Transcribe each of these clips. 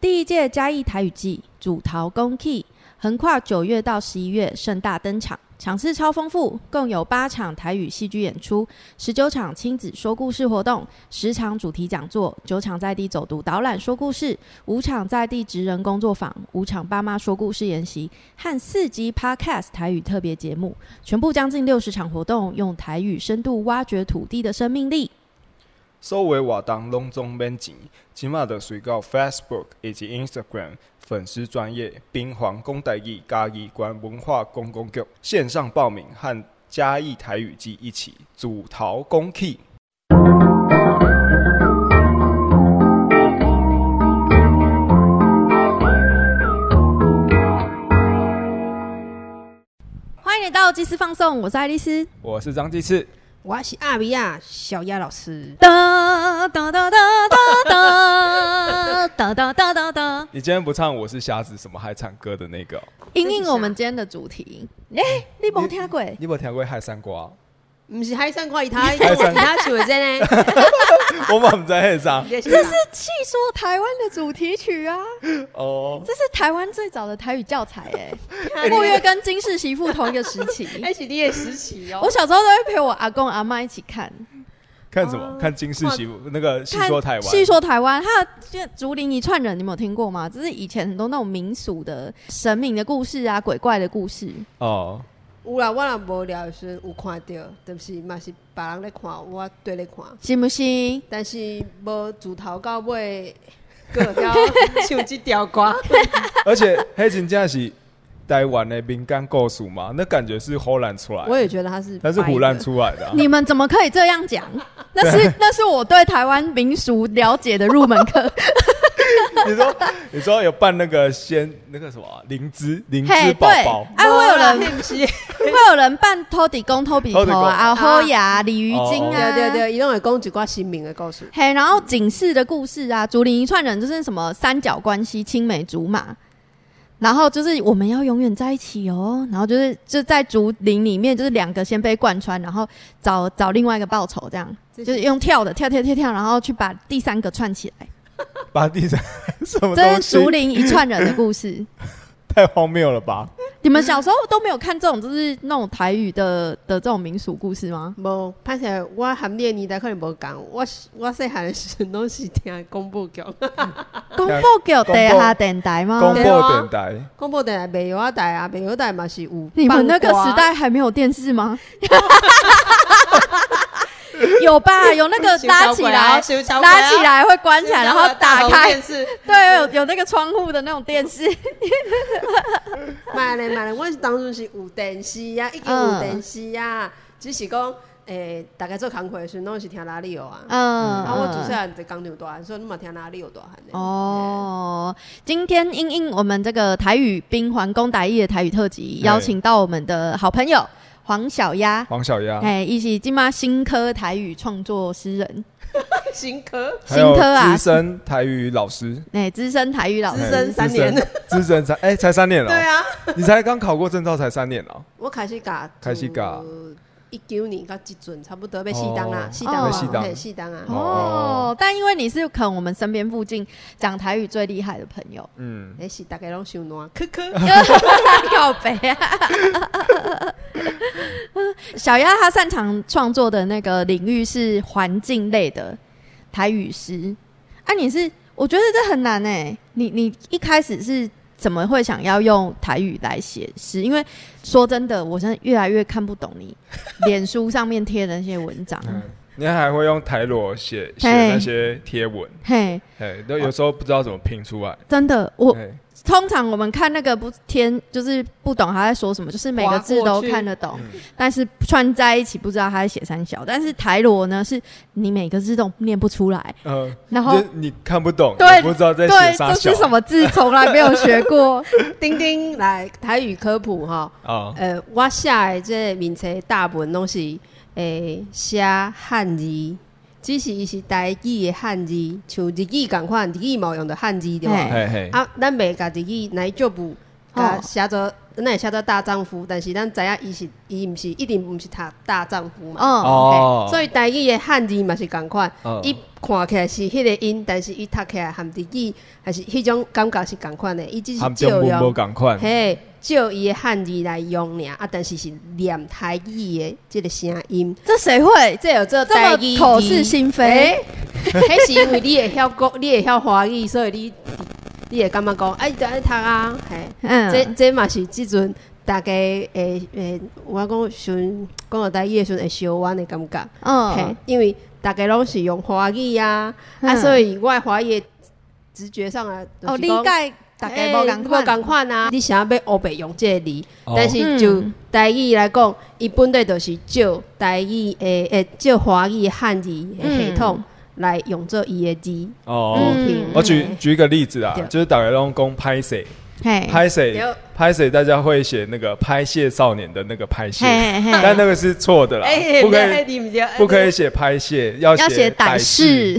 第一届嘉义台语季主桃公 key 横跨九月到十一月盛大登场，场次超丰富，共有八场台语戏剧演出，十九场亲子说故事活动，十场主题讲座，九场在地走读导览说故事，五场在地职人工作坊，五场爸妈说故事研习和四集 Podcast 台语特别节目，全部将近六十场活动，用台语深度挖掘土地的生命力。所有活动拢总免钱，即马就随到 Facebook 以及 Instagram 粉丝专业冰皇公台语嘉义关文化公共局线上报名和嘉义台语季一起组陶公 key。欢迎来到即时放送，我是爱丽丝。我是张继次，我是阿比亚小鸭老师。哒哒哒哒哒哒哒哒哒哒。你今天不唱我是瞎子，什么还唱歌的那个哦、因应我们今天的主题，哎、你没听过？你有没有听过嗨三瓜？不是海山瓜一台，海山他取的真呢？我嘛不知道那是啥这这是细说台湾的主题曲 啊，哦。这是台湾最早的台语教材 哎、哎莫月跟金氏媳妇同一个时 期。 H D 的时期哦我。小时候都会陪我阿公阿妈一起看，看什么？看金氏媳妇那个戏说台湾，细说台湾，还有就是竹林一串人，你们有听过吗？这是以前很多那种民俗的神明的故事啊，鬼怪的故事。哦，有啦，我若无聊的时阵有看到，但是嘛是别人在看，我对咧看，信不信？但是无自头到尾，个了唱这条歌。而且黑真正是台湾的民间故事嘛，那感觉是胡乱出来的，我也觉得他是，但是胡乱，出来的啊、 你们怎么可以这样 讲？那是那是我对台湾民俗了解的入门 课。你说你说有办那个先那个什么啊灵芝灵芝嘿，宝对，宝，哎，会有人不是？会有人扮偷底公、偷鼻偷底头公啊，啊，豁牙、鲤鱼精哦啊，对对。对，伊拢会讲一寡新民的故事。嘿，然后警示的故事啊，竹林一串人就是什么三角关系、青梅竹马，然后就是我们要永远在一起哦。然后就是就在竹林里面，就是两个先被贯穿，然后找找另外一个报仇，这样这就是是用跳的跳跳跳跳，然后去把第三个串起来。把地上什么这东是竹西林一串人的故事。 太荒谬了吧？你们小时候都没有看这种，就是那种台语的的这种民俗故事吗？无，歹势，我含你的年代可能无共，我是我细汉的时阵拢是听广播剧，公布给地下电台啊公吗布？对啊电台广播电台、北邮台啊、北邮台嘛是有。啊你们那个时，代还没有电视 吗？有吧，有那个拉 起来，哦拉啊起，来会关起来，然后打开，是。对，有有那个窗户的那种电 视。买嘞买嘞，我是当初是有电视啊，已经有电视啊，只是讲诶，大概做工课的时阵拢是听哪里有啊。嗯，啊，我主持人在工厂大汉，所以你嘛听哪里有大汉的。哦，今天因应我们这个台语冰环公打义的台语特辑，邀请到我们的好朋友黄小丫，黄小鸭，哎，一起金妈新科台语创作诗人，新科还有新科啊资深台语老师，哎，资深台语老资师。深三年哎，资深资深三哎才三年对了，啊，你才刚考过证照才三年哦了，我开始教，开始教一九年到即阵，差不多要四档啊哦，四要档四档嗯啊，嘿四档啊。哦，但因为你是可能我们身边附近讲台语最厉害的朋友，嗯，那是大家拢想暖，可可。 告白啊！小丫她擅长创作的那个领域是环境类的台语诗。啊，你是我觉得这很难哎、你你一开始是怎么会想要用台语来写诗？因为说真的，我真的越来越看不懂你脸书上面贴的那些文章。嗯你还会用台罗写写嘿那些贴文，嘿，哎，都有时候不知道怎么拼出来，真的，我哎通常我们看那个不天，就是不懂他在说什么，就是每个字都看得懂划过去嗯，但是串在一起不知道他在写三小。但是台罗呢，是你每个字都念不出来，嗯，然就后是你看不懂，对你不知道在写对，啥这小是什么字从来没有学 过。丁丁来台语科普哈，啊？呃，我写的这个名册大部分拢是诶写汉字，只是伊是台语的汉字，像日语共哎款，日语嘛有用到汉字对吧？嘿嘿嘿，啊，咱袂甲日语来做部，哦甲写做咱会写做大丈夫，但是咱知影伊是伊毋是一定毋是读大丈夫嘛。嗯，哦嘿，所以台语的汉字嘛是共款哦，伊、看起来是迄个音，但是伊读起来含日语还是迄种感觉是共款的，伊只是含借中文无用，共款，嘿，借伊的汉字来用尔，啊，但是是念台语的即个声音，这谁会这有做这台么语口是心非？ 诶，迄是因为你会晓国，你会晓华语，所以你你会感觉讲，哎、啊，就爱读啊，嘿。嗯，这这嘛是即阵大家诶诶，我讲想讲到台语的时阵会小弯的感觉，嘿、嗯，因为大家拢是用华语啊，啊，嗯所以我的华语的直觉上来就是哦，理讲解大家无共欸无款，共款啊！嗯你想要黑白用这个字，哦但是就台语来讲，伊本来就是照台语诶诶，照华语的汉字的系统来用做伊的字。哦。嗯，我举举一个例子啊对，就是打开龙宫拍谁嘿，拍谁对拍谁，大家会写那个拍谢少年的那个拍谢，嘿嘿哎但那个是错的啦，不可以以，对不可以写拍谢，要要写歹歹势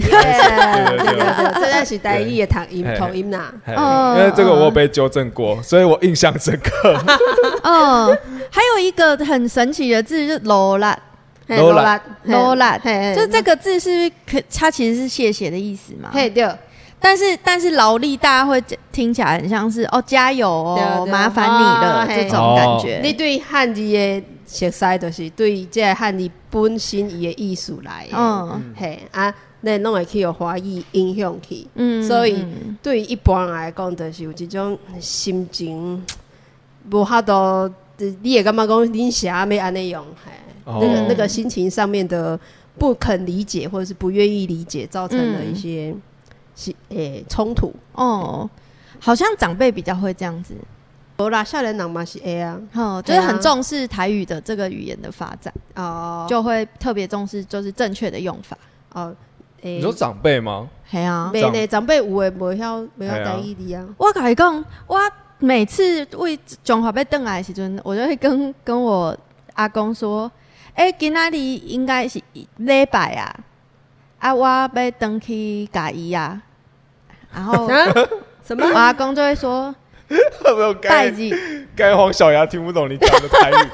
事，对对对对对对，这才是台语的读音嘿同音啦。嘿嗯因为这个我有被纠正过，所以我印象深刻。嗯，还有一个很神奇的字就是“罗啦嘿罗罗兰兰”，“罗啦”，嘿就这个字是不是可它其实是谢谢的意思嘛？嘿对，但是但是劳力大家会听起来很像是哦加油对啊哦，对麻烦你了哦嘿这种感觉。你对汉字的熟悉，就是对这个汉字本身伊的意思来的。嗯嘿啊，恁拢会去有华语影响去，嗯所以嗯对于一般人来讲，就是有一种心情无法度，你会感觉讲恁是阿要安尼用，嘿，哦那个那个心情上面的不肯理解或者是不愿意理解，造成了一些是诶冲突。哦，好像长辈比较会这样子，无啦，少年人嘛是会啊，哦，就是对啊很重视台语的这个语言的发展，哦就会特别重视就是正确的用法。哦，你诶说长辈吗？嘿啊，没呢，长辈有诶无晓无晓嘿啊台语字啊，我甲你讲，我每次为中华被邓来的时阵，我就会跟跟我阿公说：“诶、今仔日应该是礼拜啊，啊，我要登去甲伊啊。”然后啊 什么我？阿公就会说有没有：“代该志该黄小牙听不懂你讲的台语吧？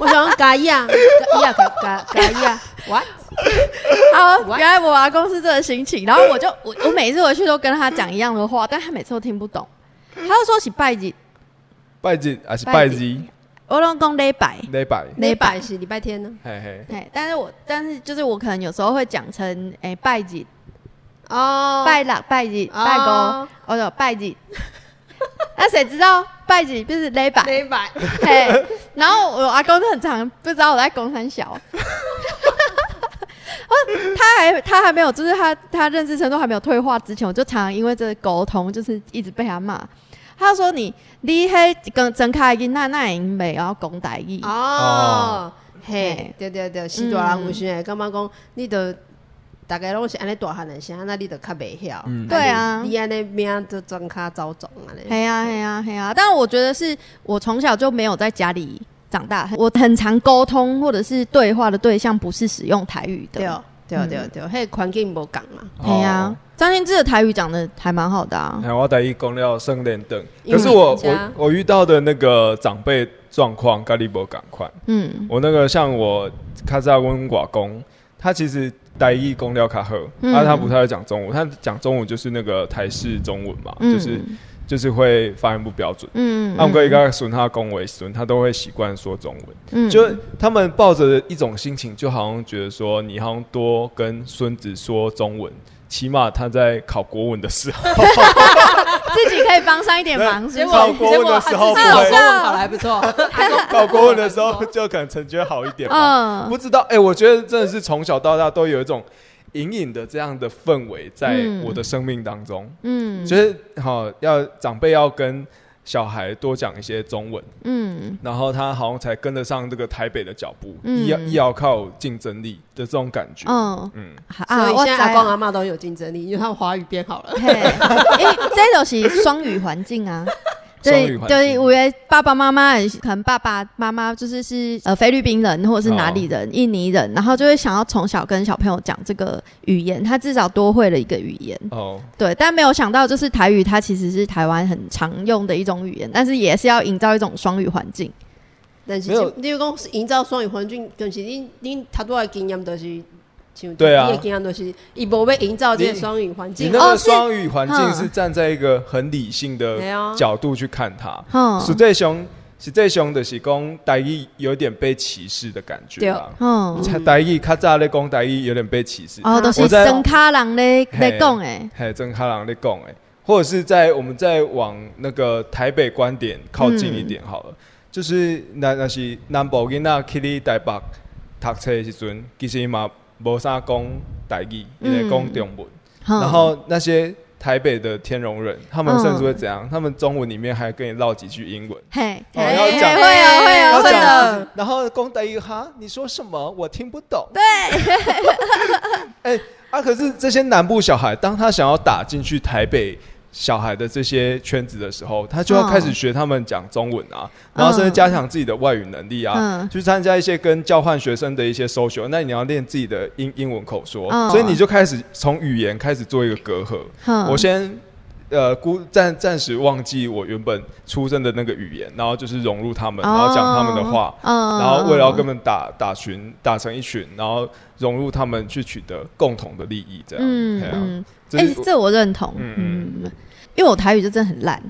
我想讲加伊 啊，加伊啊，加加加伊啊，我好， What？啊原来我阿公是这个心情。然后我就我我每次回去都跟他讲一样的话，但他每次都听不懂。他就说是拜几，拜祭还是拜拜祭？我拢讲礼拜。礼拜，礼拜是礼拜天呢。嘿嘿，哎，但是我但是就是我可能有时候会讲成哎、诶拜几哦，拜六、拜日、拜五，哦我就拜日。 那谁知道拜日就是礼拜？礼拜，嘿，然后我阿公就很常不知道我在公山小。 哦他还他还没有，就是他他认知程度还没有退化之前，我就常常因为这个沟通，就是一直被他骂。他说你你迄跟睁开囡仔，那因袂晓讲台语。哦，嘿嘿，对对对，是大人有嗯时会感觉讲，你都大概拢是安尼大汉的声，那你都较袂晓。嗯对啊你你安尼命都装卡走肿安尼。嘿呀嘿呀嘿呀！但我觉得是我从小就没有在家里长大，我很常沟通或者是对话的对象不是使用台语的。对哦嗯对对对，迄个环境无共嘛。哦嘿呀，张信志的台语讲的还蛮好的啊。台湾台语讲了圣莲灯，因可为是我人家我我遇到的那个长辈状况，咖喱伯赶快。嗯我那个像我卡扎温寡公，他其实台语讲了卡好，嗯但他不太会讲中文，他讲中文就是那个台式中文嘛，嗯就是啊就是会发音不标准。嗯，按哥一个损他恭维损，他都会习惯说中文。嗯就他们抱着一种心情，就好像觉得说，你好像多跟孙子说中文，起码他在考国文的时候，自己可以帮上一点忙，对是不嗯是考国文的时候不他老会啊公考得还不 错， 考国文的时候就可能成绩会好一点吧。嗯不知道，哎、我觉得真的是从小到大都有一种隐隐的这样的氛围在嗯我的生命当中，嗯就是好、要长辈要跟小孩多讲一些中文，嗯然后他好像才跟得上这个台北的脚步，嗯亦要亦要靠竞争力的这种感觉。嗯嗯，啊，所以我现知在阿公啊。阿妈 都有竞争力，因为他们华语变好了。嘿，因为这就是双语环境啊，双对语环对，境我的爸爸妈妈也是可能爸爸妈妈就是是呃菲律宾人或者是哪里人、印尼人，然后就会想要从小跟小朋友讲这个语言，他至少多会了一个语言。哦，对，但没有想到就是台语，它其实是台湾很常用的一种语言，但是也是要营造一种双语环境。 但是没有这你讲是营造双语环境，但是恁恁他多的经验都是，像对啊你的经验都是，伊无要营造这个你双语环你境，那哦个是双语环境嗯是站在一个很理性对的啊，角度去看它。嗯，实际上，实际上就是讲台语有点被歧视的感觉啦。嗯，才台语较早咧讲台语有点被歧视，哦，都是我在生卡人咧咧嘿讲诶，嘿，真开朗咧讲诶，或者是在我们再往那个台北观点靠近一点好了，嗯就是那那是南部囡仔去你台北读册的时阵，其实嘛无啥讲台语，伊咧讲中文，嗯然后那些。台北的天龙人，他们甚至嗯会怎样？他们中文里面还跟你唠几句英文，嘿，哦嘿要嘿讲会哦会要哦会讲自己哦，然后公台语哈，你说什么我听不懂。对， 哎、啊，可是这些南部小孩，当他想要打进去台北小孩的这些圈子的时候，他就要嗯开始学他们讲中文啊，然后甚至加强自己的外语能力啊，嗯去参加一些跟交换学生的一些 social，那你要练自己的英英文口说，嗯所以你就开始从语言开始做一个隔阂。嗯我先。呃，估暂暂时忘记我原本出生的那个语言，然后就是融入他们，然后讲他们的话，嗯然后为了要跟他们打打群打成一群，然后融入他们去取得共同的利益，这样。嗯嘿啊嗯，这哎、是我这我认同，嗯嗯，因为我台语就真的很烂。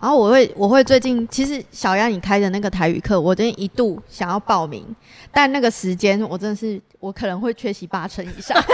然后我会，我会最近其实小丫你开的那个台语课，我最近一度想要报名，但那个时间我真的是我可能会缺席八成以上。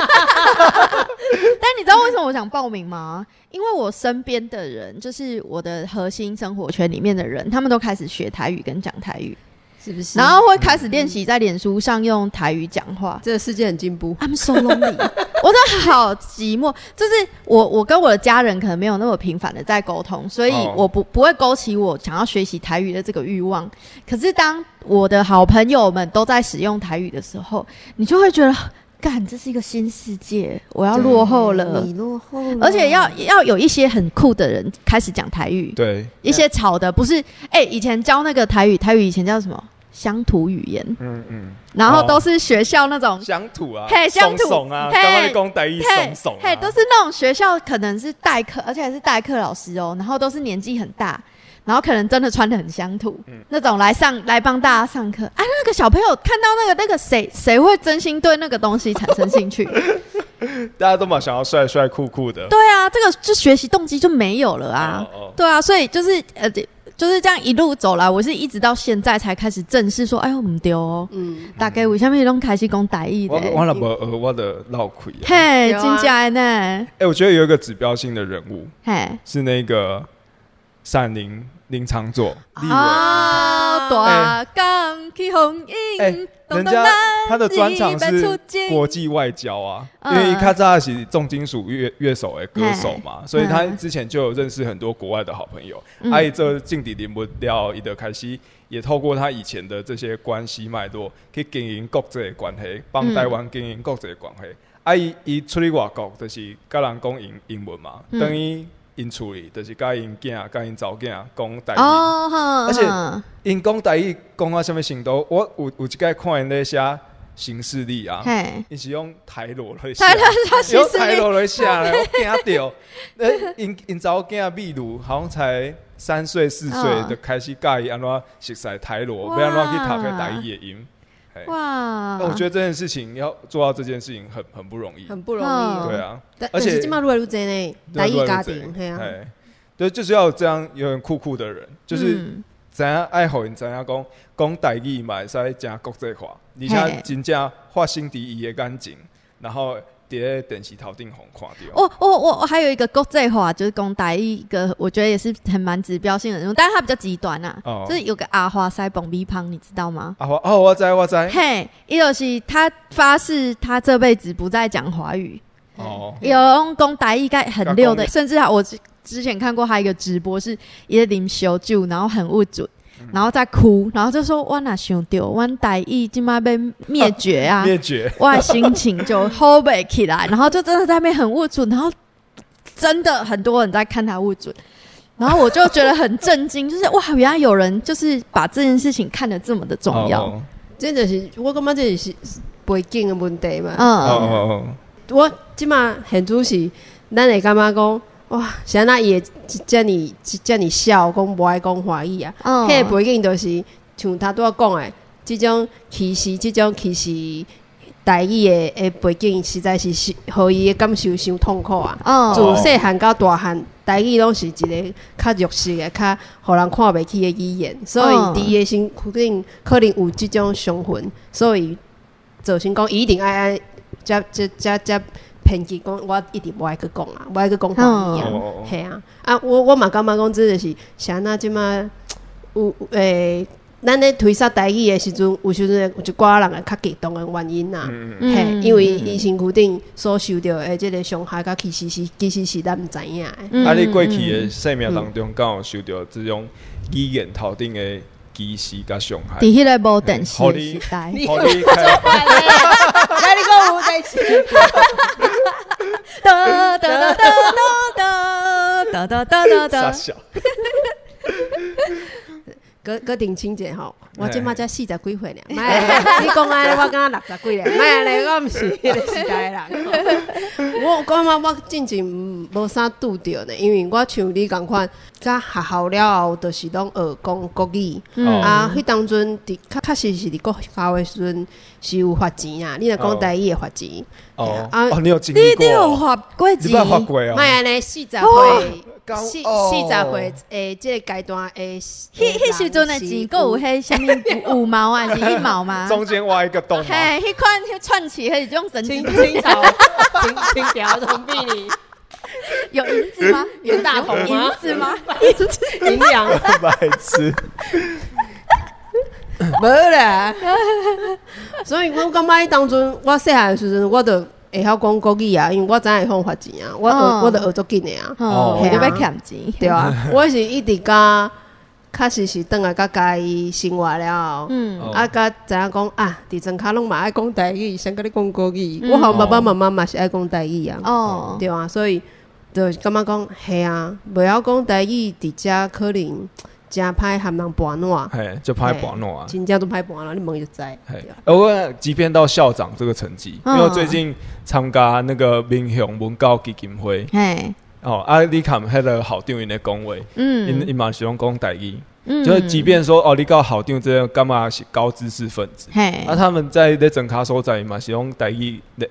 但你知道为什么我想报名吗？因为我身边的人，就是我的核心生活圈里面的人，他们都开始学台语跟讲台语，是不是？然后会嗯开始练习在脸书上用台语讲话。这个世界很进步， I'm so lonely，我 真的好寂寞。就是我，我跟我的家人可能没有那么频繁的在沟通，所以哦我不不会勾起我想要学习台语的这个欲望。可是当我的好朋友们都在使用台语的时候，你就会觉得，干，这是一个新世界，我嗯要落后了。你落后了，而且要要有一些很酷的人开始讲台语，对，一些吵的不是哎、以前教那个台语，台语以前叫什么乡土语言，嗯嗯，然后哦都是学校那种乡土啊，嘿乡土怂怂啊，嘿台湾的公台语嘿怂怂啊，嘿，都是那种学校可能是代课，而且还是代课老师哦，然后都是年纪很大，然后可能真的穿的很乡土，嗯那种来上来帮大家上课啊。那个小朋友看到那个那个谁谁会真心对那个东西产生兴 趣？大家都嘛想要帅帅酷酷的。对啊，这个就学习动机就没有了啊。哦哦对啊，所以就是呃。就是这样一路走来，我是一直到现在才开始正式说，哎呦，唔丢哦，嗯，大概为什么拢开始讲台语的我？我若无学我的闹亏啊！嘿，对啊真假的呢？哎，我觉得有一个指标性的人物嘿，是那个善林林长佐立委，啊，大港去红哎影，人家他的专长是国际外交啊，因嗯为卡扎是重金属乐乐手诶歌手嘛，所以他嗯之前就有认识很多国外的好朋友。啊嗯阿姨这劲敌林不掉伊的凯西，也透过他以前的这些关系脉络，去经营国际的关系，帮嗯台湾经营国际的关系。啊，伊伊出去外国，就是甲人讲英英文嘛，嗯等于因处理，就是甲因囝、甲因查某囝讲台语。哦，哼而且哼因讲台语讲啊，什物程度？我有有一届看因咧写行事历啊，嘿，伊是用台罗来写，他他其用实台罗来写咧，我惊到。呃，因因查某囝秘鲁好像才三岁四岁嗯就开始教伊安怎熟悉台罗，哇要安怎去读开台语的音。嘿哇，那我觉得这件事情要做到这件事情很很不容易，嗯很不容嗯易哦。对啊，但而但是且今嘛越来越多呢，对啊台对语啊家对庭，嘿啊，嘿对，就是要有这样有点酷酷的人，就是。嗯知影爱互因知影讲讲台语嘛会使真国际化，而嘿且真正发生伫伊的眼睛，然后伫咧电视头顶互看到。我我我我还有一个国际化，就是公台一个，我觉得也是很蛮指标性的人物，但是他比较极端啊，哦就是有个阿花腮蹦逼胖，你知道吗？啊，我哦，我知我知，嘿，伊就是他发誓他这辈子不再讲华语，哦，有用讲台语该很溜的，甚至啊，我之之前看过他一个直播，是一个啉烧酒，然后很不准，嗯然后在哭，然后就说我哪想丢，我台语今嘛被灭绝啊，灭绝，我的心情就 hold 不起来，然后就真的在那边很不准，然后真的很多人在看他不准。然后我就觉得很震惊，就是哇，原来有人就是把这件事情看得这么的重要。哦这就是我感觉这就是背景的问题嘛。嗯，哦哦我即马现主是，咱会感觉讲哇，谁啊那伊会遮尼遮尼笑，讲无爱讲华语啊？哦嗯迄、个背景就是像他拄仔讲的，即种歧视，即种歧视台语的诶背景，实在是是，互伊的感受伤痛苦啊。嗯做自细汉到大汉，台语拢是一个较弱势的、较互人看袂起的语言，所以嗯伫伊的身躯顶可能有即种伤痕，所以造成讲伊一定爱爱遮遮遮遮偏激讲，我一定无爱去讲啊，无爱去讲话语哦嗯啊，哦，系啊，啊，我我嘛感觉讲，这就是像那即马有诶，咱咧推撒台语的时阵，有时阵有一寡人会较激动的原因啊。嗯嗯嘿，嗯因为伊身躯顶所受到的即个伤害，甲其实是其实是咱毋知 影的。嗯啊，你过去的生命当中，敢有受到这种语言头顶的歧视甲伤害伫？迄个无等式好的你时代，互你开，来，你讲有代志， 哒哒哒哒哒哒哒哒傻 哒，笑。搁搁定清者吼，我嘿即马才四十几岁俩，莫安尼你讲安尼，我敢若六十几 俩，莫安尼，我毋是迄个时代的人。我感觉我进前无啥拄着呢，因为我像你共款，甲学校了后，就是拢学讲国语。嗯哦啊，迄当阵伫确确实是伫国校的时阵是有罚钱啊，你若哦讲台语会罚钱。哦啊哦，你有经你历你有过？画过你几？捌发过哦莫？安尼四十岁，高四四哦十岁诶，即个阶段诶，迄迄迄时阵的钱，够有迄啥物五毛啊，还是一毛 吗？中间挖一个洞吗？嘿，迄款迄串起，迄种神清经，清朝清 清朝总比你有银子 吗？袁大头有银吗？子吗？银两 白痴，无啦。 所以我感觉迄当阵我细汉的时阵，我就会晓讲国语啊，因为我真会放罚钱啊，我哦学我就学足紧的啊，哦，我嘿就啊要欠钱。对啊，我是一直甲确实是转来甲家己生活了后。嗯，哦啊，甲知影讲啊，伫庄卡拢嘛爱讲台语，先甲你讲国语。我和爸爸妈妈嘛是爱讲台语啊，嗯哦，对啊，所以就感觉讲，系啊，袂晓讲台语，伫遮可能诚歹含人盘烂，嘿，就拍博诺啊。真正都歹盘烂，你问伊就知。嘿对啊，而我即便到校长这个成绩，因嗯为我最近参加那个民雄文教基金会，嘿，哦，啊，你看迄个校长因的讲话，因嗯，因嘛是用讲台语，嗯就是即便说哦，你到校长这个干嘛是高知识分子，嘿啊，，他们在咧整卡所在嘛是用台语练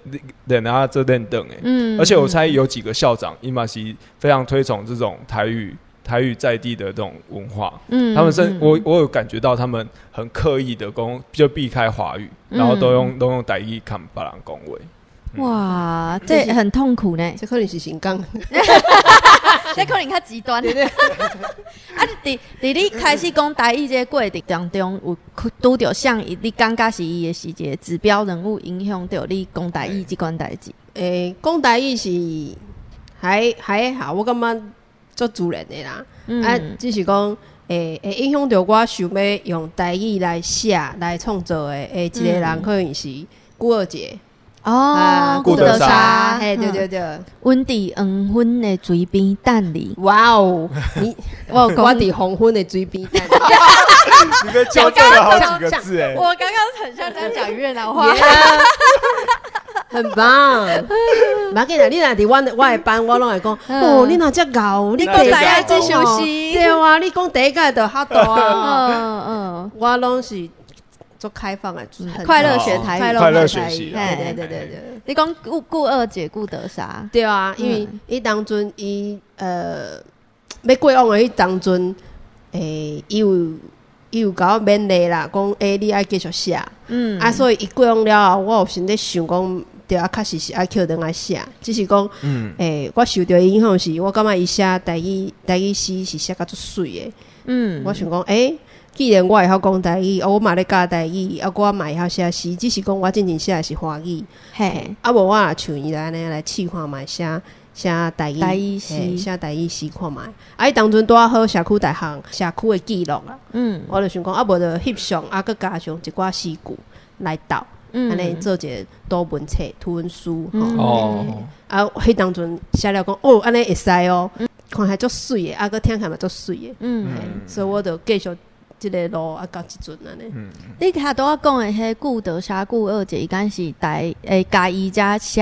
练啊这练等诶，嗯而且我猜有几个校长因嘛是非常推崇这种台语台语在地的这种文化，嗯他们甚我我有感觉到他们很刻意的攻，就避开华语，然后都用、都用台语看别人恭维。哇，这很痛苦呢。这可能是新港， 这可能较极端。 啊，你伫伫你开始讲台语这个过程当中，有拄着像伊，你感觉是伊的是一个指标人物，影响着你讲台语即款代志。诶，讲台语是还还好，我感觉足自然的啦。啊嗯，只是讲诶，会影响到我想要用台语来写来创作的诶，一个人嗯可能是孤儿姐。哎哦，顾德莎，嘿，对嗯，对对，阮伫黄昏的水边等你。哇哦，你我有 我讲伫黄昏的水边等你，你被纠正了好几个字哎、我刚刚很像在讲越南 话。 Yeah 很棒。不要紧啦，你若伫我的我的班，我拢会讲，嗯哦，你若遮牛，你你第讲一知影这届讲消哦息对啊，你讲第一届就哈大哦 啊，嗯我拢是做开放的，就是很快乐学台语快乐快乐台学语习啊，嘿对对对对对。嗯，你讲顾顾二姐顾德莎，对啊，因为嗯伊当阵伊呃要过往的伊当阵，诶、伊有伊有甲我勉励啦，讲诶、欸你爱继续写，嗯啊，所以伊过往了后，我有先咧想讲，对啊，确实是爱捡人来写，只是讲嗯，诶、欸我受到影响是，我感觉伊写台语台语诗是写甲足水的，嗯我想讲诶。既然我会晓讲台语，啊我嘛咧教台语，啊，我嘛会晓写诗，只是讲我进前写的是华语，嘿，啊，无我也像伊安尼来试看觅写写台语，台语诗嘿写台语诗看觅。啊，伊当阵拄啊好社区大行社区的记录啦，嗯我就想讲啊，无就翕相，啊，佮加上一寡诗句来斗，嗯安尼做一个多文册、图文书吼。嗯哦，啊，迄当阵写了讲哦，安尼会使哦。看起来足水的，啊，佮听起来嘛足水的，嗯，嘿所以我就继续即个路啊，到即阵安尼。你头拄我讲的迄顾德莎顾二姐，伊敢是台诶家伊家写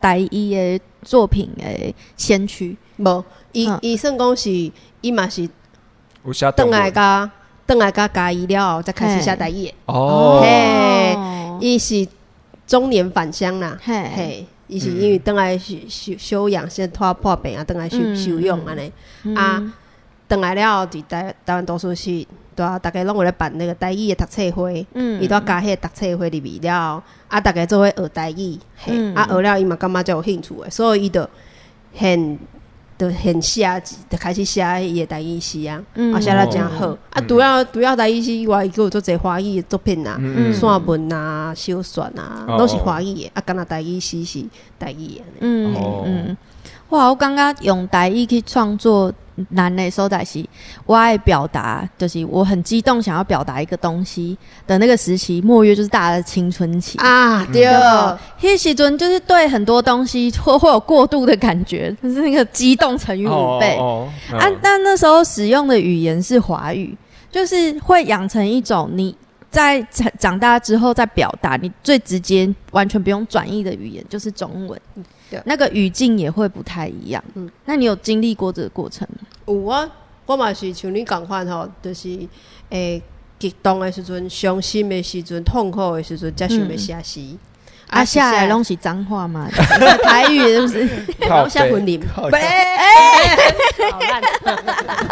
台伊的作品的先驱，无，伊嗯伊算讲是，伊嘛是有写倒中来文甲倒来甲家己了后，才开始写台语的。哦，嘿，伊是中年返乡啦，哦嘿哦嘿，伊是因为倒来休休休养，先拖破病啊，倒来休嗯休养安尼。啊，倒来了后，伫台台湾图书室，对啊，大家拢有咧办那个台语的读册会，嗯伊都加迄个读册会入面了后，啊，大家做伙学台语，嘿，嗯啊，学了伊嘛感觉才有兴趣的，所以伊就很就很写，就开始写伊的台语诗啊，嗯啊，写了真好。嗯啊，除了除了台语诗以外，伊佫有做者华语的作品啊，嗯散文啊、小说啊，哦拢是华语的，啊，敢若台语诗是台语的。嗯哦嗯，哇！我感觉用台语去创作难的所在是，我爱表达，就是我很激动想要表达一个东西的那个时期，莫约就是大家的青春期。啊，嗯对，迄时阵就是对很多东西会会有过度的感觉，就是那个激动乘以五倍。哦哦哦啊嗯，但那时候使用的语言是华语，就是会养成一种你在长长大之后再表达，你最直接完全不用转译的语言就是中文对，那个语境也会不太一样。嗯那你有经历过这个过程吗？有啊，我嘛是像你共款吼，就是诶、激动的时阵、伤心的时阵、痛苦的时阵，才想要写诗。啊，是下来拢是脏话嘛，台语是不是？靠拢写背婚礼，靠喂，好烂。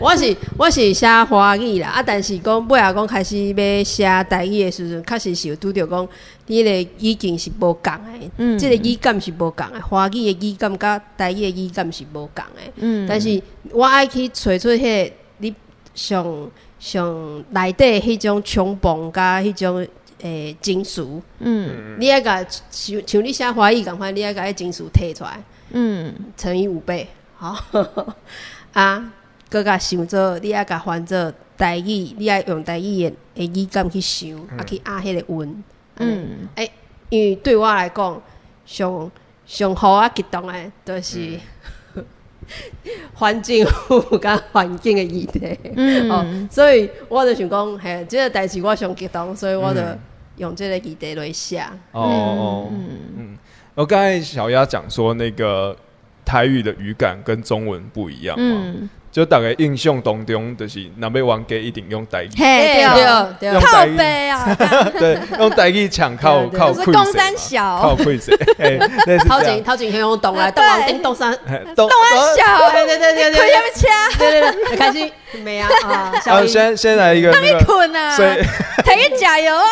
我是我是写华语啦，啊，但是讲尾啊，讲开始要写台语的时阵，确实是有拄着讲，你的语境是无共的，嗯即个语感是无共的，华语的语感甲台语的语感是无共的。嗯但是我爱去找出迄、个你上上内底迄种冲动甲迄种诶情绪，嗯你爱甲像像你写华语共款，你爱甲迄情绪摕出来，嗯乘以五倍，好 啊，搁甲想做，你爱甲翻做台语，你爱用台语的诶语感去想，啊去压迄个韵，嗯，嗯因为对我来讲，上上好啊激动诶，就是。嗯 环境有甲环境的议题，嗯哦，所以我就想讲，嘿，即、个代志我上激动，所以我就用即个议题来哎写。哦哦，嗯，我刚才小丫讲说那个台语的语感跟中文不一样嘛，嗯，就大概印象当中就是南北玩家一定用台语，嘿哎对对哦，对用靠台语背 啊，对，用台语抢靠对对靠就是亏公三谁嘛，靠小，亏 谁，哎，类似头这前样头前向用动来，对动往顶 动山，哎，动三小，对对对对可以对不掐？对对对，开始没啊啊，啊，小英先先来一个那个，困啊， 所以抬个加油啊！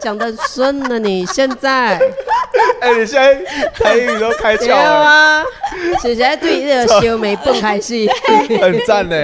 讲的顺了，你现 在哎，你现在台语都开窍对 了，啊，是在对这个小美蹦 开始，啊很 赞呢。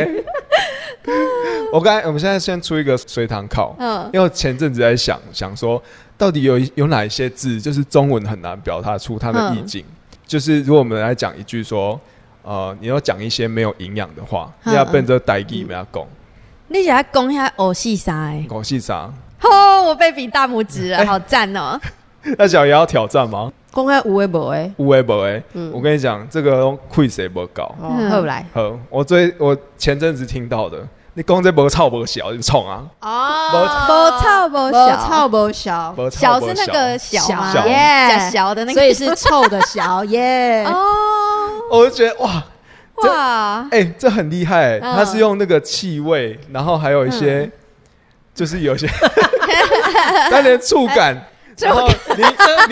我刚才我们现在先出一个随堂考，嗯因为前阵子在想想说，到底有一有哪一些字，就是中文很难表达出它的意境。嗯就是如果我们来讲一句说，呃，你要讲一些没有营养的话，嗯你要变成台语，不要讲 你想要讲一下偶戏啥？哎，讲戏啥？哦，我被比大拇指哎了，好赞哦！ 那小也要挑战吗？讲遐有诶无诶，无诶无诶，嗯我跟你讲，这个 quiz 也不搞。哦，后来好，我最我前阵子听到的，你讲这不臭不小，你冲啊！哦无臭无无小，臭无小，不小臭是不那个小吗？小假耶，小的那所个 以是臭的 小耶，哦，我就觉得哇，哇，哎、这很厉害、嗯它是用那个气味，然后还有一些，就 是有些，它连触感，然后你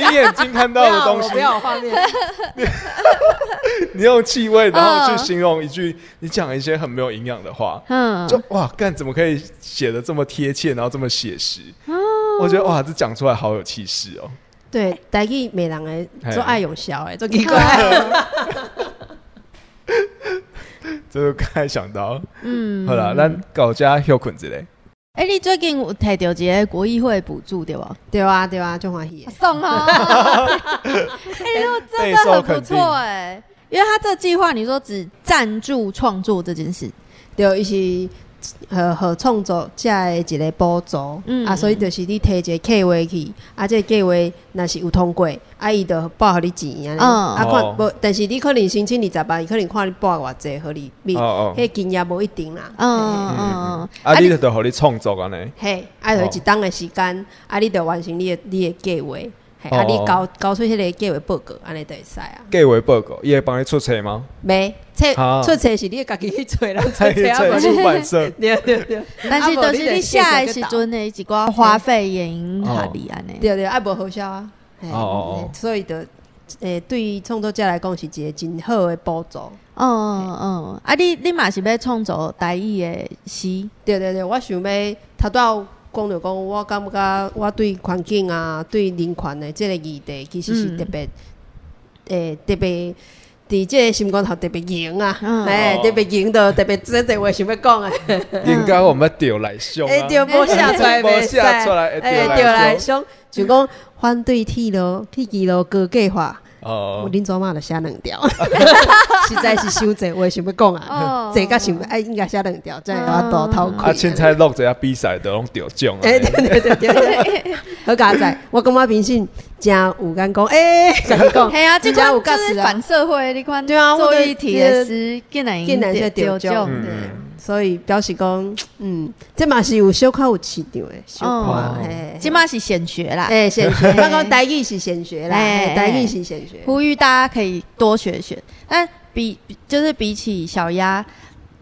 你眼睛看到的东西不，要我画面，你用气味，然后嗯去形容一句，你讲一些很没有营养的话，嗯，就哇，干怎么可以写的这么贴切，然后这么写实？我觉得哇，这讲出来好有气势哦。对，台语美人诶，嘿做爱用小诶，做奇怪。这就刚才想到，嗯，好了，那搞家休困之类，哎，你最近有摕到一个国议会补助对吧？ 对啊，对啊，就欢喜的。送 哦，哎，那真的很不错哎哎，因为他这计划你说只赞助创作这件事，对，伊是呃，合创作遮的一个补助，嗯啊，所以就是你提一个计划去，啊，这个计划若是有通过，啊，伊就报互你钱安尼，嗯啊，哦看无，但是你可能申请二十万，伊可能看你报偌济，互你你，哦哦，迄金额无一定啦，嗯嗯，啊，你就互你创作安尼，嘿，啊，就一档的时间，啊，你就完成你的你的计划，嘿，啊，哦你哦交交出迄个计划报告，安尼就会使啊。计划报告，伊会帮你出册吗？没，册啊出册是你家己去找人出出 册啊，无 你出版社对对对，啊但是都是你下的时阵的一寡花费也因合理安尼。对对，爱无好笑啊。嘿哦哦哦所以就诶，对于创作者来讲是一个真好的补助。嗯嗯，啊你你嘛是要创作台语的诗，对对对，我想要头到讲着讲，我感觉我对环境啊，对人权的即个议题，其实是嗯特别诶、特别。伫即个心肝头特别硬啊，嗯哎、哦特别硬的，特别真正话想要讲 诶，应该我们钓来上 哎、啊，对，无写出 来无袂写使，出来会哎、钓对来来上想，就讲反对铁路、铁机路高计划，我哦，恁祖妈就写两 条，实在是伤济话想要讲哦啊，这甲想要哎应该写两条，才会我多偷啊，窥凊。彩录一下比赛就拢钓奖啊，哎，对对对对 对，好佳哉！我感觉平信真有眼光，哎，跟你讲，嘿啊，这真款有就价是值反啊！社会你款对啊我做就一体的诗，竟然竟然是丢丢奖奖的嗯嗯所以表示讲，嗯，这嘛是有小可有市场的，小哦可嘿，即嘛是显学啦，哎显学，我讲台语是显学啦，哎嘿台语是显学，呼吁大家可以多学学。但比比就是比起小鸭，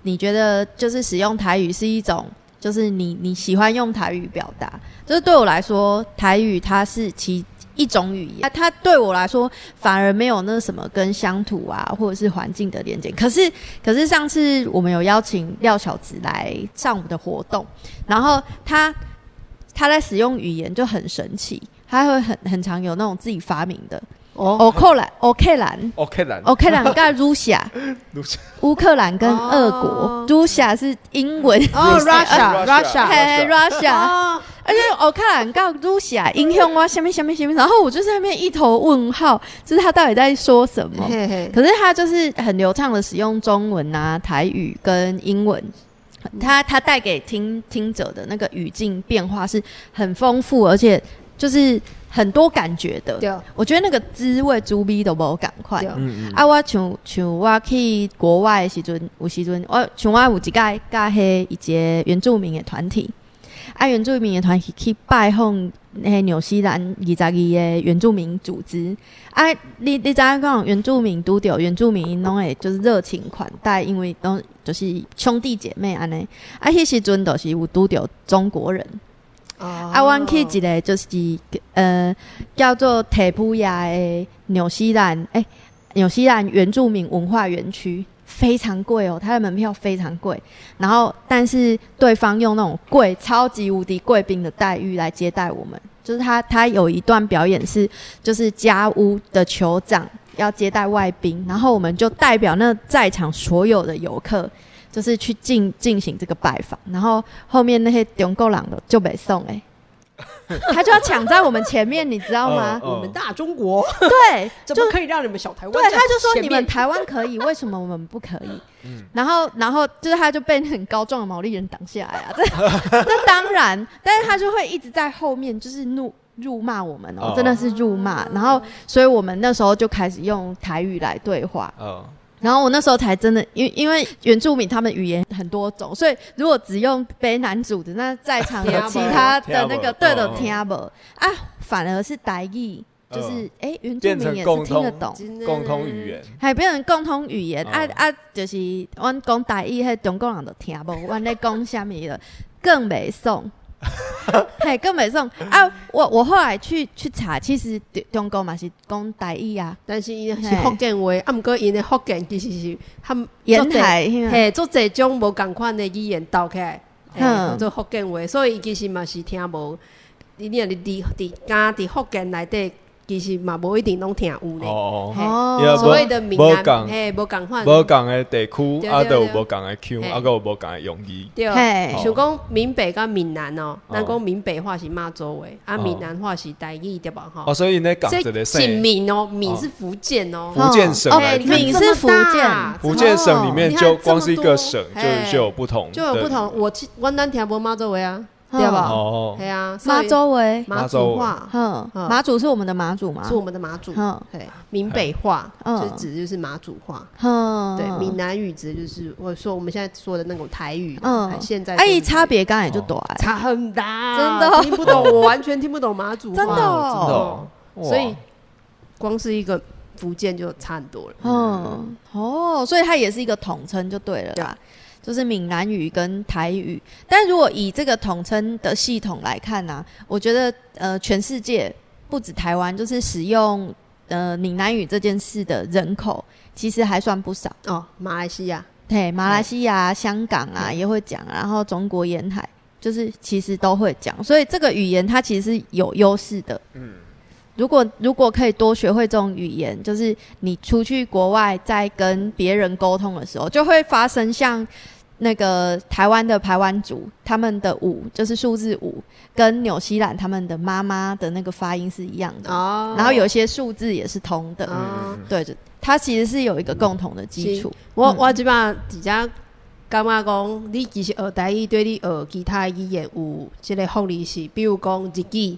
你觉得就是使用台语是一种，就是你你喜欢用台语表达。就是对我来说，台语它是其一种语言，它对我来说反而没有那什么跟乡土啊或者是环境的连接。可是可是上次我们有邀请廖小子来上我们的活动，然后他他在使用语言就很神奇。他会很很常有那种自己发明的，哦，欧克兰、欧克兰、 ，OK 啦，欧克兰跟 Russia、乌克兰跟俄国哦，Russia 是英文。哦 Russia，，Russia，Russia，嘿 Russia，哦，而且乌克兰跟 Russia 影响我下面下面下面，然后我就在那边一头问号，就是他到底在说什么？嘿嘿，可是他就是很流畅的使用中文啊、台语跟英文，他他带给听听者的那个语境变化是很丰富，而且就是很多感觉的。对，我觉得那个滋味猪逼都无赶快对。嗯嗯，啊，我像像我去国外的时阵，有时阵我像我有一届甲迄一个原住民的团体，啊，原住民的团体去拜访迄纽西兰二十二个原住民组织，啊，你你知影讲原住民拄着原住民因拢会就是热情款待，因为拢就是兄弟姐妹安尼，啊，迄时阵就是有拄着中国人。啊啊，阮去一个就是呃叫做提普亚的呃纽西兰，诶、纽西兰原住民文化园区非常贵哦，它的门票非常贵。然后，但是对方用那种贵、超级无敌贵宾的待遇来接待我们，就是他他有一段表演是就是家屋的酋长要接待外宾，然后我们就代表那在场所有的游客。就是去进进行这个拜访，然后后面那些中国人的就被送哎、他就要抢在我们前面，你知道吗？哦我们大中国。对，哦怎么可以让你们小台湾？对，他就说你们台湾可以，为什么我们不可 以？嗯然后，然后就是他就被很高壮的毛利人挡下来啊，这这当然，但是他就会一直在后面就是怒辱骂我们哦哦，真的是辱骂。然后，所以我们那时候就开始用台语来对话，哦，然后我那时候才真的，因为因为原住民他们语言很多种，所以如果只用卑南族的，那在场的其他的那个听不嗯懂对的听不懂啊，反而是台语，就是嗯哎、诶原住变民成也是共听得通懂。共同语言，还变成共同语言，哦啊啊，就是阮讲台语，迄中国人都听无， 阮咧讲虾米了，更袂 送，嘿，更袂送啊！我我后来去去查，其实中中国嘛是讲台语啊，但是伊嘿是福建话，啊，毋过因的福建其实是他们沿海那做个侪嘿，做侪种无共款的语言斗起来，嗯嗯，做福建话，所以伊其实嘛是听无。你若伫伫伫敢伫福建内底其实嘛无一定拢听有呢。哦，哦因为所谓的闽无南，共嘿，无共款，无共的地区，啊对啊，对都有对无共的 Q，嘿啊，个有无共的用语。对。嘿哦想讲闽北甲闽南哦，哦咱讲闽北话是骂周围，啊，哦闽南话是台语对吧？哦，吼，所以呢，讲一个所以是省，闽哦，闽哦是福建哦，福建省啊哦来哎，看你看闽这么是福大建，福建省里面就啊哦光是一个省，你看这就么多就有不同，就有不。同。我去我咱听无妈祖话啊，嗯对吧？哦，对啊，所以马周围，马祖话哼，嗯马祖是我们的马祖吗是？我们的马祖，哼对，闽北话嗯就是指就是马祖话，哼，对，闽南语指就是我说我们现在说的那种台语，嗯现在哎，哎差别刚才就大哎，差很大，真的哦听不懂，我完全听不懂马祖话，真的哦真的哦，哇所以光是一个福建就差很多了。嗯，哦，所以它也是一个统称就对了啦，就是闽南语跟台语。但如果以这个统称的系统来看呢、我觉得呃，全世界不止台湾，就是使用呃闽南语这件事的人口其实还算不少。哦，马来西亚，对，马来西亚、香港啊也会讲，然后中国沿海就是其实都会讲，所以这个语言它其实是有优势的。嗯如果如果可以多学会这种语言，就是你出去国外在跟别人沟通的时候，就会发生像那个台湾的排湾族他们的五就是数字五，跟纽西兰他们的妈妈的那个发音是一样的，哦，然后有一些数字也是通的，哦，对，就它其实是有一个共同的基础。我嗯我即摆直接感觉讲，你其实学台语对你学其他语言有即个福利是，比如讲日语，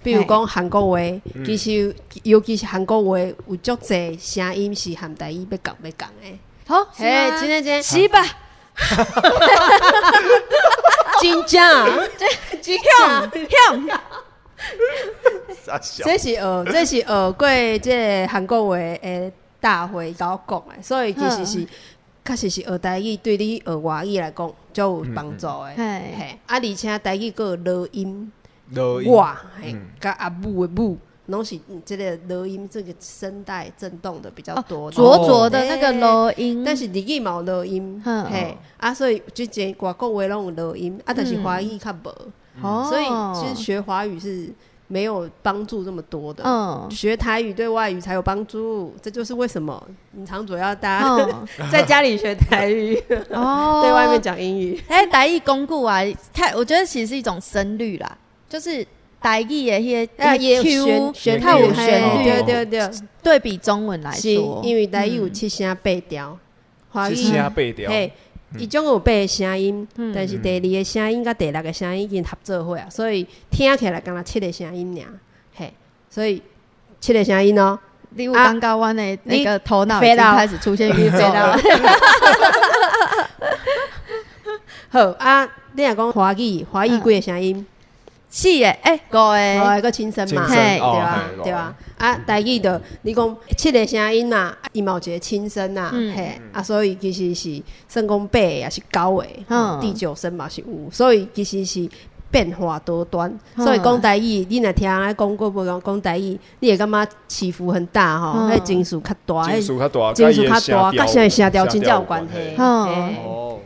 比如讲韩国话，其实尤其是韩国话有足侪声音是含台语要讲要讲的。好，是嘿，吗真的真的洗吧，真正，这样这样傻小 这是学这是学过即个韩国话诶大会甲我讲的，所以其实嗯是。确实是学台语对你学外语来讲，足有帮助的。嗯嘿，啊，而且台语还有落音，抖音我嘿嗯，甲阿母的母，拢是嗯这个录音这个声带震动的比哦较多。灼灼的那个嘿楼音，但是日语嘛有录音，嗯嘿，哦啊，所以就这外国话拢有录音，啊，但是华语较无，嗯哦所以其实学华语是没有帮助这么多的。嗯学台语对外语才有帮助，这就是为什么你常主要大家、嗯 在家里学台语，哦，对外面讲英语。哎，台语巩固啊，太我觉得其实是一种声律啦，就是台语的迄啊，个也有 Q 旋旋律它有哎嘿旋律，对对对，对比中文来是说，嗯因为台语有七声八调，华语是嗯声背调，嗯嘿，伊总共有八个声音，嗯但是第二个声音甲第六个声音已经合做伙啊，所以听起来敢若七个声音尔，嘿，所以七个声音哦，例如刚刚湾的那个头脑已经飞到开始出现宇宙了， 好啊，你若讲华语，华语几个声音，是耶，哎，五哦，个，还个轻声嘛，轻声对哦吧嘿？对吧？啊，台语的，你讲七个声音呐，啊伊嘛有一个轻声呐，嗯嘿，啊，所以其实是算讲八个也是九个，嗯第九声嘛是有，所以其实是变化多端。嗯所以讲台语，你若听人讲过无讲讲台语，你会感觉起伏很大吼，嗯迄情绪较大，金迄属较大，情绪较大，甲甲声声的的声调真正有有关系。嗯嘿哦，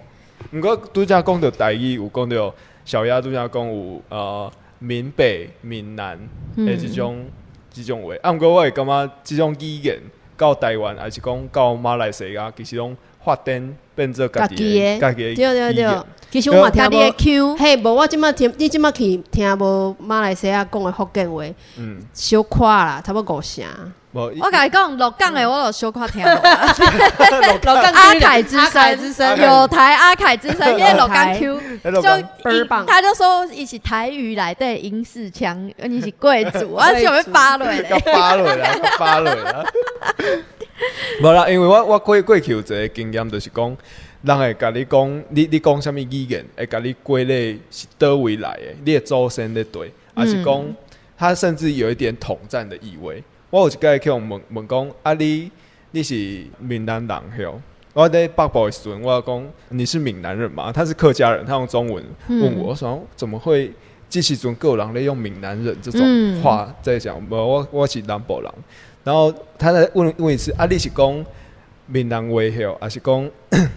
毋过拄则讲到台语，有讲到小鸭拄则讲有呃闽北、闽南嗯的即种即种话，啊，毋过我会感觉即种语言到台湾，还是讲到马来西亚，其实拢发展变做家己的家家己的对语言对对，其实我嘛听他无的。Q，嘿，无我即摆听，你即摆去听无马来西亚讲的福建话，嗯，小可啦，差不多五成。无伊我甲你讲，六港的我都小看听不懂，阿哎阿凯之阿凯之声，有台阿凯之声，因为六港 Q。迄落就讲倍儿一棒他就说一起台语来对英式腔，你是贵 族，而且会发落甲 嘞。扒落啦，甲扒落啦。 无啦，因为我我过过去有一个经验，就是讲，人会甲你讲，你你讲啥物语言，会甲你归类是倒位来的，你的祖先咧对，还是讲、他甚至有一点统战的意味。我有一个去问问讲，啊你你是闽南人吼？我在北部的时阵，我讲你是闽南人嘛？他是客家人，他用中文问我，我想说怎么会这时阵还有人咧用闽南人这嗯种话在讲？无、我我是南部人，然后他在问问一次，啊你是讲闽南话吼，还是讲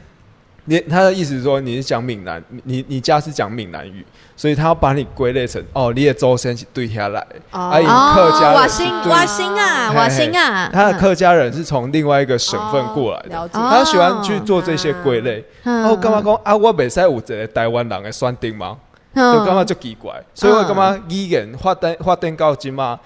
你他的意思是说你是讲闽南，你你家是讲闽南语，所以他要把你归类成哦，你的祖先是对下来的，啊因为哦，客家人瓦是辛对瓦辛啊，嘿瓦辛啊，他的客家人是从另外一个省份过来的，了解哦他喜欢去做这些归类。嗯，哦，干嘛讲啊？我袂使有一个台湾人的选定吗？嗯？就感觉足奇怪，所以我感觉语言发展发展到即嘛，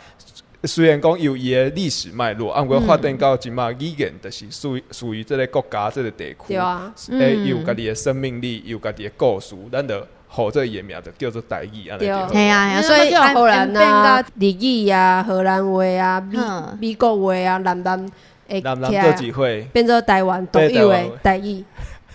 虽然讲有伊的历史脉络，啊，毋过发展到即嘛，语言就是属于属于即个国家即个地区，对啊，诶，嗯伊有家己的生命力，伊有家己的故事，咱就互这个伊的名就叫做台语安尼对就啊好嘿呀嘿呀，所以叫荷兰啊啊，、日语啊、荷兰话啊、美嗯美国话啊、南南诶，男男做几会，变做台湾独对台有湾的话台语，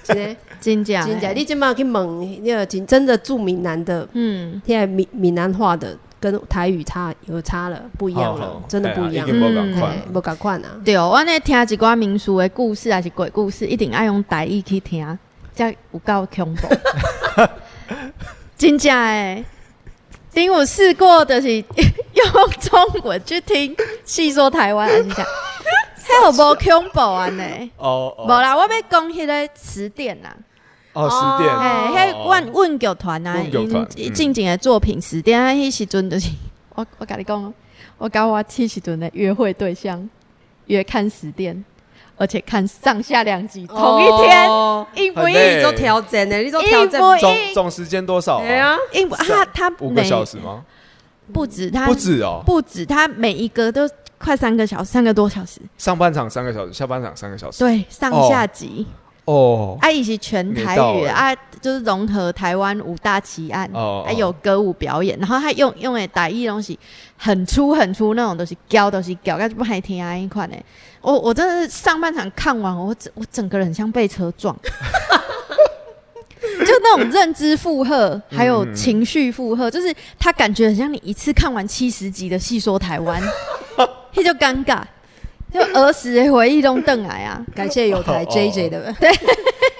真的真假真正你即马去问那个真真的住闽南的，嗯，现在闽闽南话的跟台语差有差了，不一样好了好，真的不一样嘿啊已，经无嗯共款嘿，无共款啊。对哦，我那听一寡民俗的故事还是鬼故事，一定爱用台语去听，才有够恐怖。真正诶，顶有试过，就是 用中文去听细说台湾，还是啥，还有无恐怖安尼？哦无哦啦，我要讲迄个词典啦，哦，十点，哎，迄哦阮阮剧团啊，阮剧团因嗯进前的作品词典，啊，迄时阵就是我我甲你讲哦，我甲我迄时阵的约会对象约看词典，而且看上下两哎集同一天，哦硬不很硬？累你做调整的，你做调整一，模一总总时间多少啊？哎呀，硬不他他五个每小时吗？不止他不止哦，不止他每一个都快三个小时，三个多小时，上半场三个小时，下半场三个小时。对，上哦下集，哦，啊，以及全台没到语欸啊，就是融合台湾五大奇案，哦还有歌舞表演，然后他用用的台语东西很粗很粗那种东西，教都是教，但是不还听啊一款呢。我我真的是上半场看完，我整我整个人像被车撞， 就那种认知负荷，嗯还有情绪负荷，就是他感觉很像你一次看完七十集的《戏说台 湾》，那就尴尬，就儿时的回忆都瞪来啊。感谢有台哦哦 JJ 的对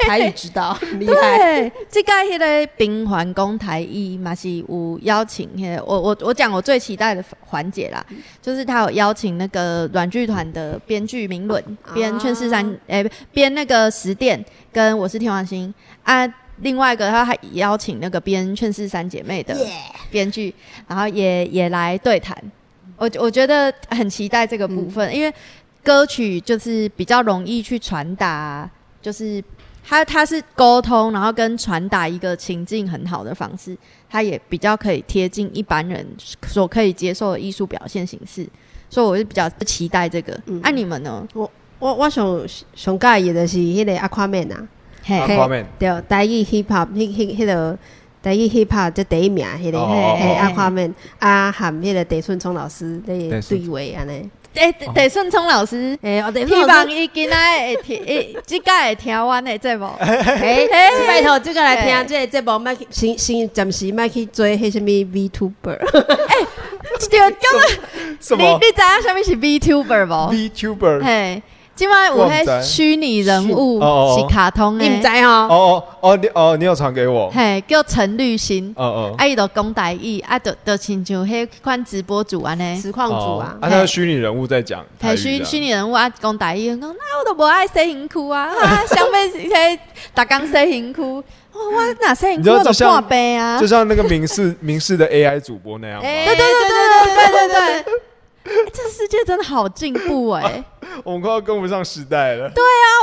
台语指导，厉害。对，这个迄个冰环公台艺嘛是有邀请迄、个，我我我讲我最期待的环节啦，就是他有邀请那个软剧团的编剧明伦编《劝世三》诶、编那个《十殿》跟《我是天王星》啊。另外一个，他还邀请那个编《劝世三姐妹》的编剧然后也也来对谈。我我觉得很期待这个部分，因为歌曲就是比较容易去传达，就是它它是沟通，然后跟传达一个情境很好的方式，它也比较可以贴近一般人所可以接受的艺术表现形式，所以我是比较期待这个。嗯那、你们呢？我我上上介意的是迄个阿夸妹呐，嘿，啊画面对，台语 hip hop 迄迄迄个台语 hip hop 这第一名，迄个哦哦嘿哦阿夸妹啊，含迄个地顺聪老师地咧顺对位啊安尼。得得顺聪老师。诶，我地希顺望聪，伊今仔会听，诶，即届会听阮的节 目。诶，嘿拜托，这个来嘿听这个节目，莫去先先暂时莫去做迄什么 VTuber，对，咁什你么你知影啥物是 VTuber 无？？VTuber？嘿，即摆有我不知迄虚拟人物哦哦哦是卡通你毋知诶，哦吼？哦哦，你哦，你有传给我？嘿，叫陈绿心，哦哦，啊伊就讲台语，啊就就亲像迄款直播主安尼，实况组啊哦，啊，那个虚拟人物在讲台嘿语虚的虚拟人物啊讲台语，讲啊我都无爱洗身躯啊，啊想要迄逐工洗身躯，哦我若洗身躯你知道我就就像破病啊哎就，像那个明视 明视的 AI 主播那样吗。诶对对对对对对对对。欸这世界真的好进步哎、我们快要跟不上时代了。啊，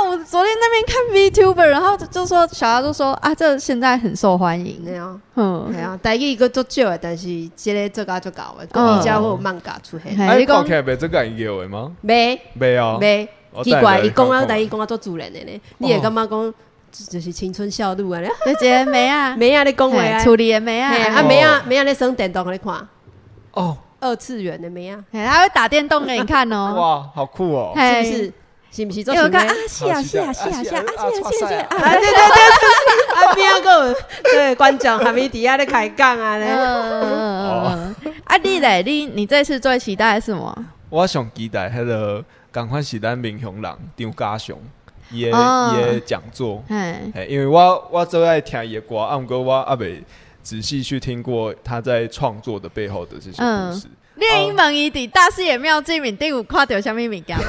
我昨天那边看 VTuber，然后就就说小姚就说啊，这现在很受欢迎。对啊，嗯系，啊，台语个足少的，但是即个做甲足够的，嗯而且会有漫画出现。嘿哎，你你讲看北这个有的吗？袂没啊有，袂哦我，奇等下怪，来伊讲看啊，看哦但伊讲啊足自然的呢，你会感觉讲就是青春校路啊，你就觉得没 啊，妹啊咧讲话嘿啊，处理也没啊嘿，啊哦妹啊妹啊咧耍电动互你看，哦，二次元的妹啊，嘿他会打电动给你看哦， 哇，好酷哦！是嘿不是？？是不是做因为我什么看？啊，是啊，好是期啊，待是啊，啊是是啊啊，是啊，啊，是啊，是啊啊啊，对对对， 啊边啊个对观众还没底下咧开讲啊嗯咧，嗯嗯嗯嗯啊，你嘞，你你这次最期待的是什么？我上期待迄个，赶快是咱闽雄人张家雄，伊的哦伊的讲座，嘿，哎，因为我我最爱听伊的歌，啊，毋过我阿未仔细去听过他在创作的背后的这些故嗯事。猎鹰门伊伫大视野妙境面顶有看到什么物件吗？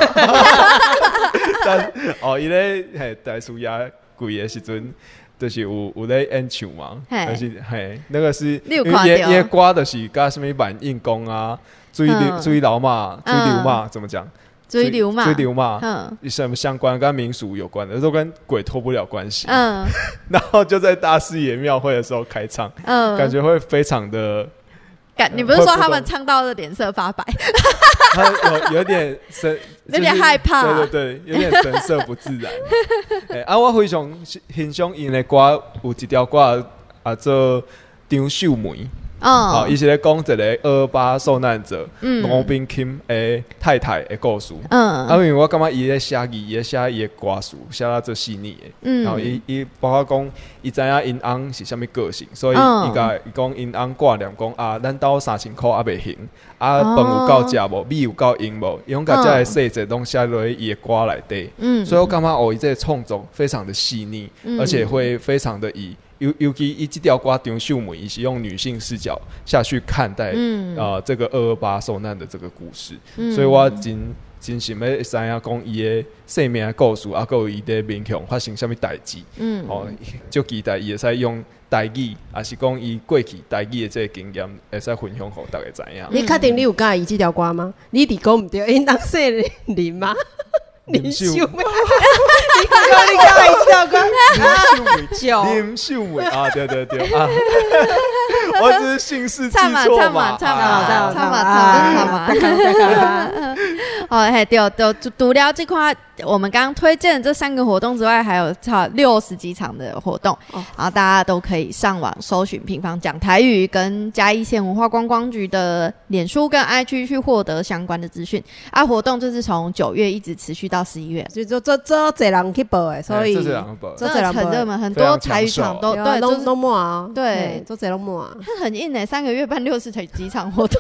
但哦，伊咧嘿，大暑夜季的时阵，就是有有咧演唱嘛，嘿但是嘿，那个是你有因为看也到也歌就是甲什物万应公啊，追流嗯追流嘛，追流嘛，怎么讲？追流嘛，追流嘛，嗯什么相关跟民俗有关的，都跟鬼脱不了关系。嗯 然后就在大视野庙会的时候开唱，嗯，感觉会非常的，感，你不是说他们唱到的脸色发白？他有有点神，有点害怕就是对对对，有点神色不自然。哎、啊，我非常欣赏因的歌，有一条歌啊做张秀梅，啊，嗯伊是咧讲一个二八受难者嗯罗宾 Kim 的太太的故事。啊，因嗯为我感觉伊咧写字，伊咧写伊的歌词，写到做细腻的。然后嗯伊伊包括讲，伊知影因翁是啥物个性，所以嗯伊甲伊讲因翁挂念讲啊，咱兜三千箍也袂行，啊哦饭有够食无，米有够用无，伊讲甲遮个细节拢写落去伊的歌内底，嗯，所以我感觉哦，伊这个创作非常的细腻，嗯而且会非常的以尤尤其伊即条歌张秀梅，伊是用女性视角下去看待嗯啊这个二二八受难的这个故事，嗯所以我真真想要知影讲伊的生命的故事，啊，还有伊的民雄发生什物代志，嗯哦，就期待伊会使用代语，也是讲伊过去代语的这个经验，会使分享互大家知 影。你确定你有介意这条歌吗？你伫讲毋对，因当说林 吗？林林秀 秀妹，你讲 你介意这条歌？林秀笑 梅，林秀梅啊，对对对 啊，我只是姓氏记唱嘛错唱嘛唱嘛啊唱嘛 啊唱嘛大家大家 哦，嘿，对，对，除除了这块我们刚刚推荐的这三个活动之外，还有差六十几场的活动，哦然后大家都可以上网搜寻平房讲台语跟嘉义县文化观光局的脸书跟 IG 去获得相关的资讯。啊，活动就是从九月一直持续到十一月，就做做做侪人去报的，所以哎这是两个本这真的这两很热本门，很非常多台语抢手场都对啊哦对，就是拢拢满啊，对嘿做侪拢满啊。它很硬诶、三个月办六十几场活动，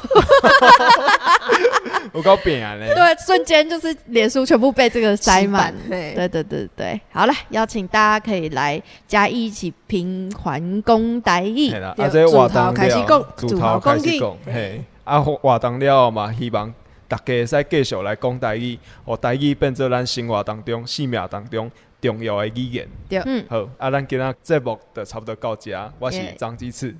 我搞扁啊嘞。对，瞬间就是脸书全部被这个塞满。对对对对对，好了，邀请大家可以来嘉义一起平环公台艺嘿。啦，对啊，这活动了自头开始讲自头开自始头讲讲，嘿，啊，活动了嘛，希望大家会使继续来讲台语，互台语变做咱生活当中、生命当中重要的语言。对嗯好，啊，咱今仔节目就差不多到这，我是耶张鸡翅，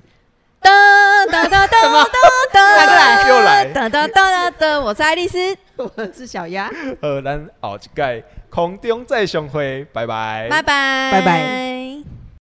哒哒哒哒哒又哒， 来又来，哎哒哒哒哒哒，我是爱丽丝， 我是小鸭。好，咱后一届空中再相会，拜拜，拜拜拜拜。